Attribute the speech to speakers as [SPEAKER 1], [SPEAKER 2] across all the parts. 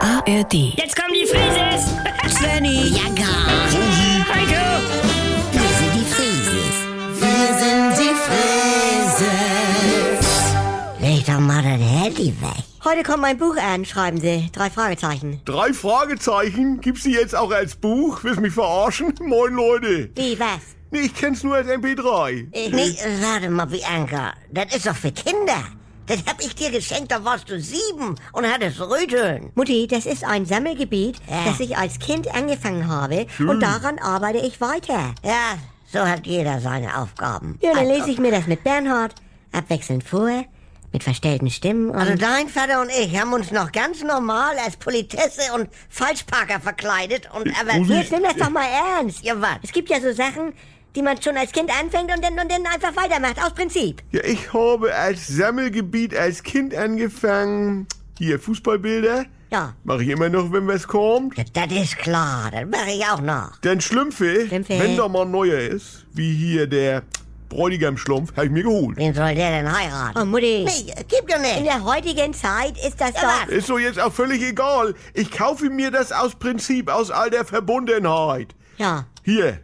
[SPEAKER 1] ARD.
[SPEAKER 2] Jetzt kommen die Frises!
[SPEAKER 3] Svenny. Ja, gar.
[SPEAKER 2] Heiko!
[SPEAKER 3] Wir sind die Frieses. Wir sind die Frieses. Leg doch mal das Handy weg.
[SPEAKER 4] Heute kommt mein Buch an, schreiben Sie. Drei Fragezeichen.
[SPEAKER 5] Drei Fragezeichen gibt's die jetzt auch als Buch? Willst mich verarschen? Moin Leute.
[SPEAKER 4] Wie, was?
[SPEAKER 5] Nee, ich kenn's nur als MP3.
[SPEAKER 4] Ich,
[SPEAKER 3] Nee, warte mal, Bianca. Das ist doch für Kinder. Das hab ich dir geschenkt, da warst du sieben und hattest Röteln.
[SPEAKER 4] Mutti, das ist ein Sammelgebiet,
[SPEAKER 3] Ja.
[SPEAKER 4] das ich als Kind angefangen habe und daran arbeite ich weiter.
[SPEAKER 3] Ja, so hat jeder seine Aufgaben. Also-
[SPEAKER 4] Ja, dann lese ich mir das mit Bernhard abwechselnd vor, mit verstellten Stimmen und...
[SPEAKER 3] Also dein Vater und ich haben uns noch ganz normal als Politesse und Falschparker verkleidet und aber...
[SPEAKER 4] Jetzt nimm das doch mal ernst.
[SPEAKER 3] Ja, was?
[SPEAKER 4] Es gibt ja so Sachen, die man schon als Kind anfängt und dann, und dann einfach weitermacht, aus Prinzip.
[SPEAKER 5] Ja, ich habe als Sammelgebiet als Kind angefangen. Hier, Fußballbilder.
[SPEAKER 4] Ja.
[SPEAKER 5] Mache ich immer noch, wenn was kommt.
[SPEAKER 3] Ja, Das ist klar, das mache ich auch noch.
[SPEAKER 5] Dann Schlümpfe,
[SPEAKER 4] Schlümpfe.
[SPEAKER 5] wenn da mal ein neuer ist, wie hier der Bräutigam-Schlumpf, habe ich mir geholt.
[SPEAKER 3] Wen soll der denn heiraten?
[SPEAKER 4] Oh, Mutti.
[SPEAKER 3] Nee, gib doch
[SPEAKER 4] In
[SPEAKER 3] nicht.
[SPEAKER 4] der heutigen Zeit ist das doch...
[SPEAKER 5] Ist so jetzt auch völlig egal. Ich kaufe mir das aus Prinzip, aus all der Verbundenheit.
[SPEAKER 4] Ja,
[SPEAKER 5] Hier,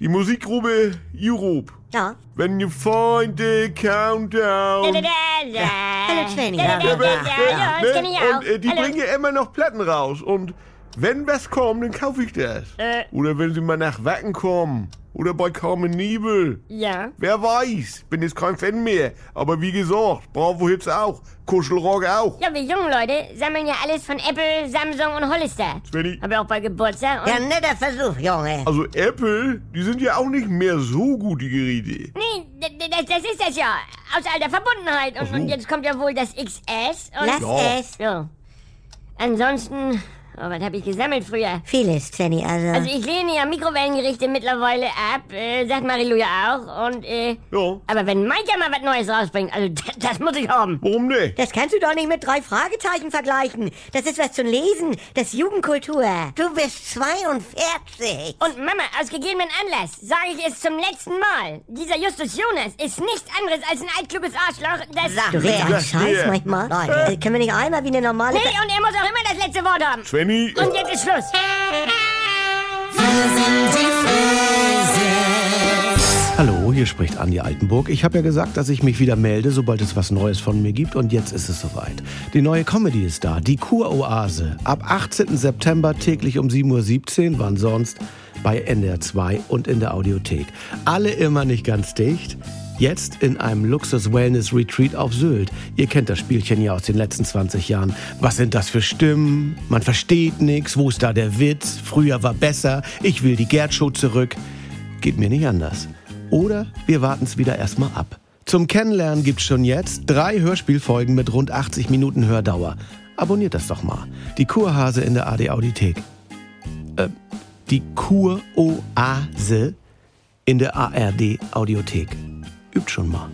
[SPEAKER 5] die Musikgrube Europe.
[SPEAKER 4] ja.
[SPEAKER 5] When you find the countdown.
[SPEAKER 4] Hallo, Svenny.
[SPEAKER 3] Ja, ja,
[SPEAKER 2] ja, das kenn ich auch.
[SPEAKER 5] Und äh, die
[SPEAKER 2] Hallo.
[SPEAKER 5] bringen ja immer noch Platten raus. Und wenn was kommt, dann kaufe ich das.
[SPEAKER 2] Äh.
[SPEAKER 5] Oder wenn sie mal nach Wacken kommen. Oder bei Carmen Nebel.
[SPEAKER 2] Ja.
[SPEAKER 5] Wer weiß, bin jetzt kein Fan mehr. Aber wie gesagt, Bravo Hits auch. Kuschelrock auch.
[SPEAKER 2] Ja, wir jungen Leute sammeln ja alles von Apple, Samsung und Hollister.
[SPEAKER 5] Svenny.
[SPEAKER 2] Hab ja auch bei Geburtstag und...
[SPEAKER 3] Ja, netter Versuch, Junge.
[SPEAKER 5] Also Apple, die sind ja auch nicht mehr so gut, die Geräte.
[SPEAKER 2] Nee, d- d- das, das ist das ja. Aus alter Verbundenheit. Und,
[SPEAKER 5] so.
[SPEAKER 2] und jetzt kommt ja wohl das XS und...
[SPEAKER 4] Lass
[SPEAKER 5] Ja.
[SPEAKER 4] es.
[SPEAKER 2] So. Ansonsten... Oh, was habe ich gesammelt früher?
[SPEAKER 4] Vieles, Svenny, also...
[SPEAKER 2] Also
[SPEAKER 3] Ah.
[SPEAKER 2] ich lehne ja Mikrowellengerichte mittlerweile ab, äh, sagt Marilu ja auch. Und, äh,
[SPEAKER 5] Ja,
[SPEAKER 2] aber wenn Maika mal was Neues rausbringt, also das, das muss ich haben.
[SPEAKER 5] warum nicht?
[SPEAKER 4] Das kannst du doch nicht mit drei Fragezeichen vergleichen. Das ist was zum Lesen. Das ist Jugendkultur.
[SPEAKER 3] Du bist 42.
[SPEAKER 2] Und Mama, aus gegebenem Anlass sage ich es zum letzten Mal. Dieser Justus Jonas ist nichts anderes als ein altkluges Arschloch, das...
[SPEAKER 3] Sag
[SPEAKER 4] Du redest
[SPEAKER 3] wer.
[SPEAKER 4] einen
[SPEAKER 5] das
[SPEAKER 4] Scheiß
[SPEAKER 5] hier.
[SPEAKER 4] manchmal. Äh, können wir nicht einmal wie eine normale...
[SPEAKER 2] Nee, und er muss auch immer das letzte Wort haben.
[SPEAKER 5] Svenny.
[SPEAKER 2] Und jetzt ist Schluss.
[SPEAKER 6] Hallo, hier spricht Andi Altenburg. Ich habe ja gesagt, dass ich mich wieder melde, sobald es was Neues von mir gibt. Und jetzt ist es soweit. Die neue Comedy ist da, die Kuroase. Ab 18. September täglich um 7.17 Uhr, wann sonst? Bei NDR 2 und in der Audiothek. Alle immer nicht ganz dicht. Jetzt in einem Luxus-Wellness-Retreat auf Sylt. Ihr kennt das Spielchen ja aus den letzten 20 Jahren. Was sind das für Stimmen? Man versteht nichts. Wo ist da der Witz? Früher war besser. Ich will die Gerd-Show zurück. Geht mir nicht anders. Oder wir warten es wieder erstmal ab. Zum Kennenlernen gibt's schon jetzt drei Hörspielfolgen mit rund 80 Minuten Hördauer. Abonniert das doch mal. Die Kurhase in der AD Audiothek. Äh, die Kuroase in der ARD Audiothek. Übt schon mal.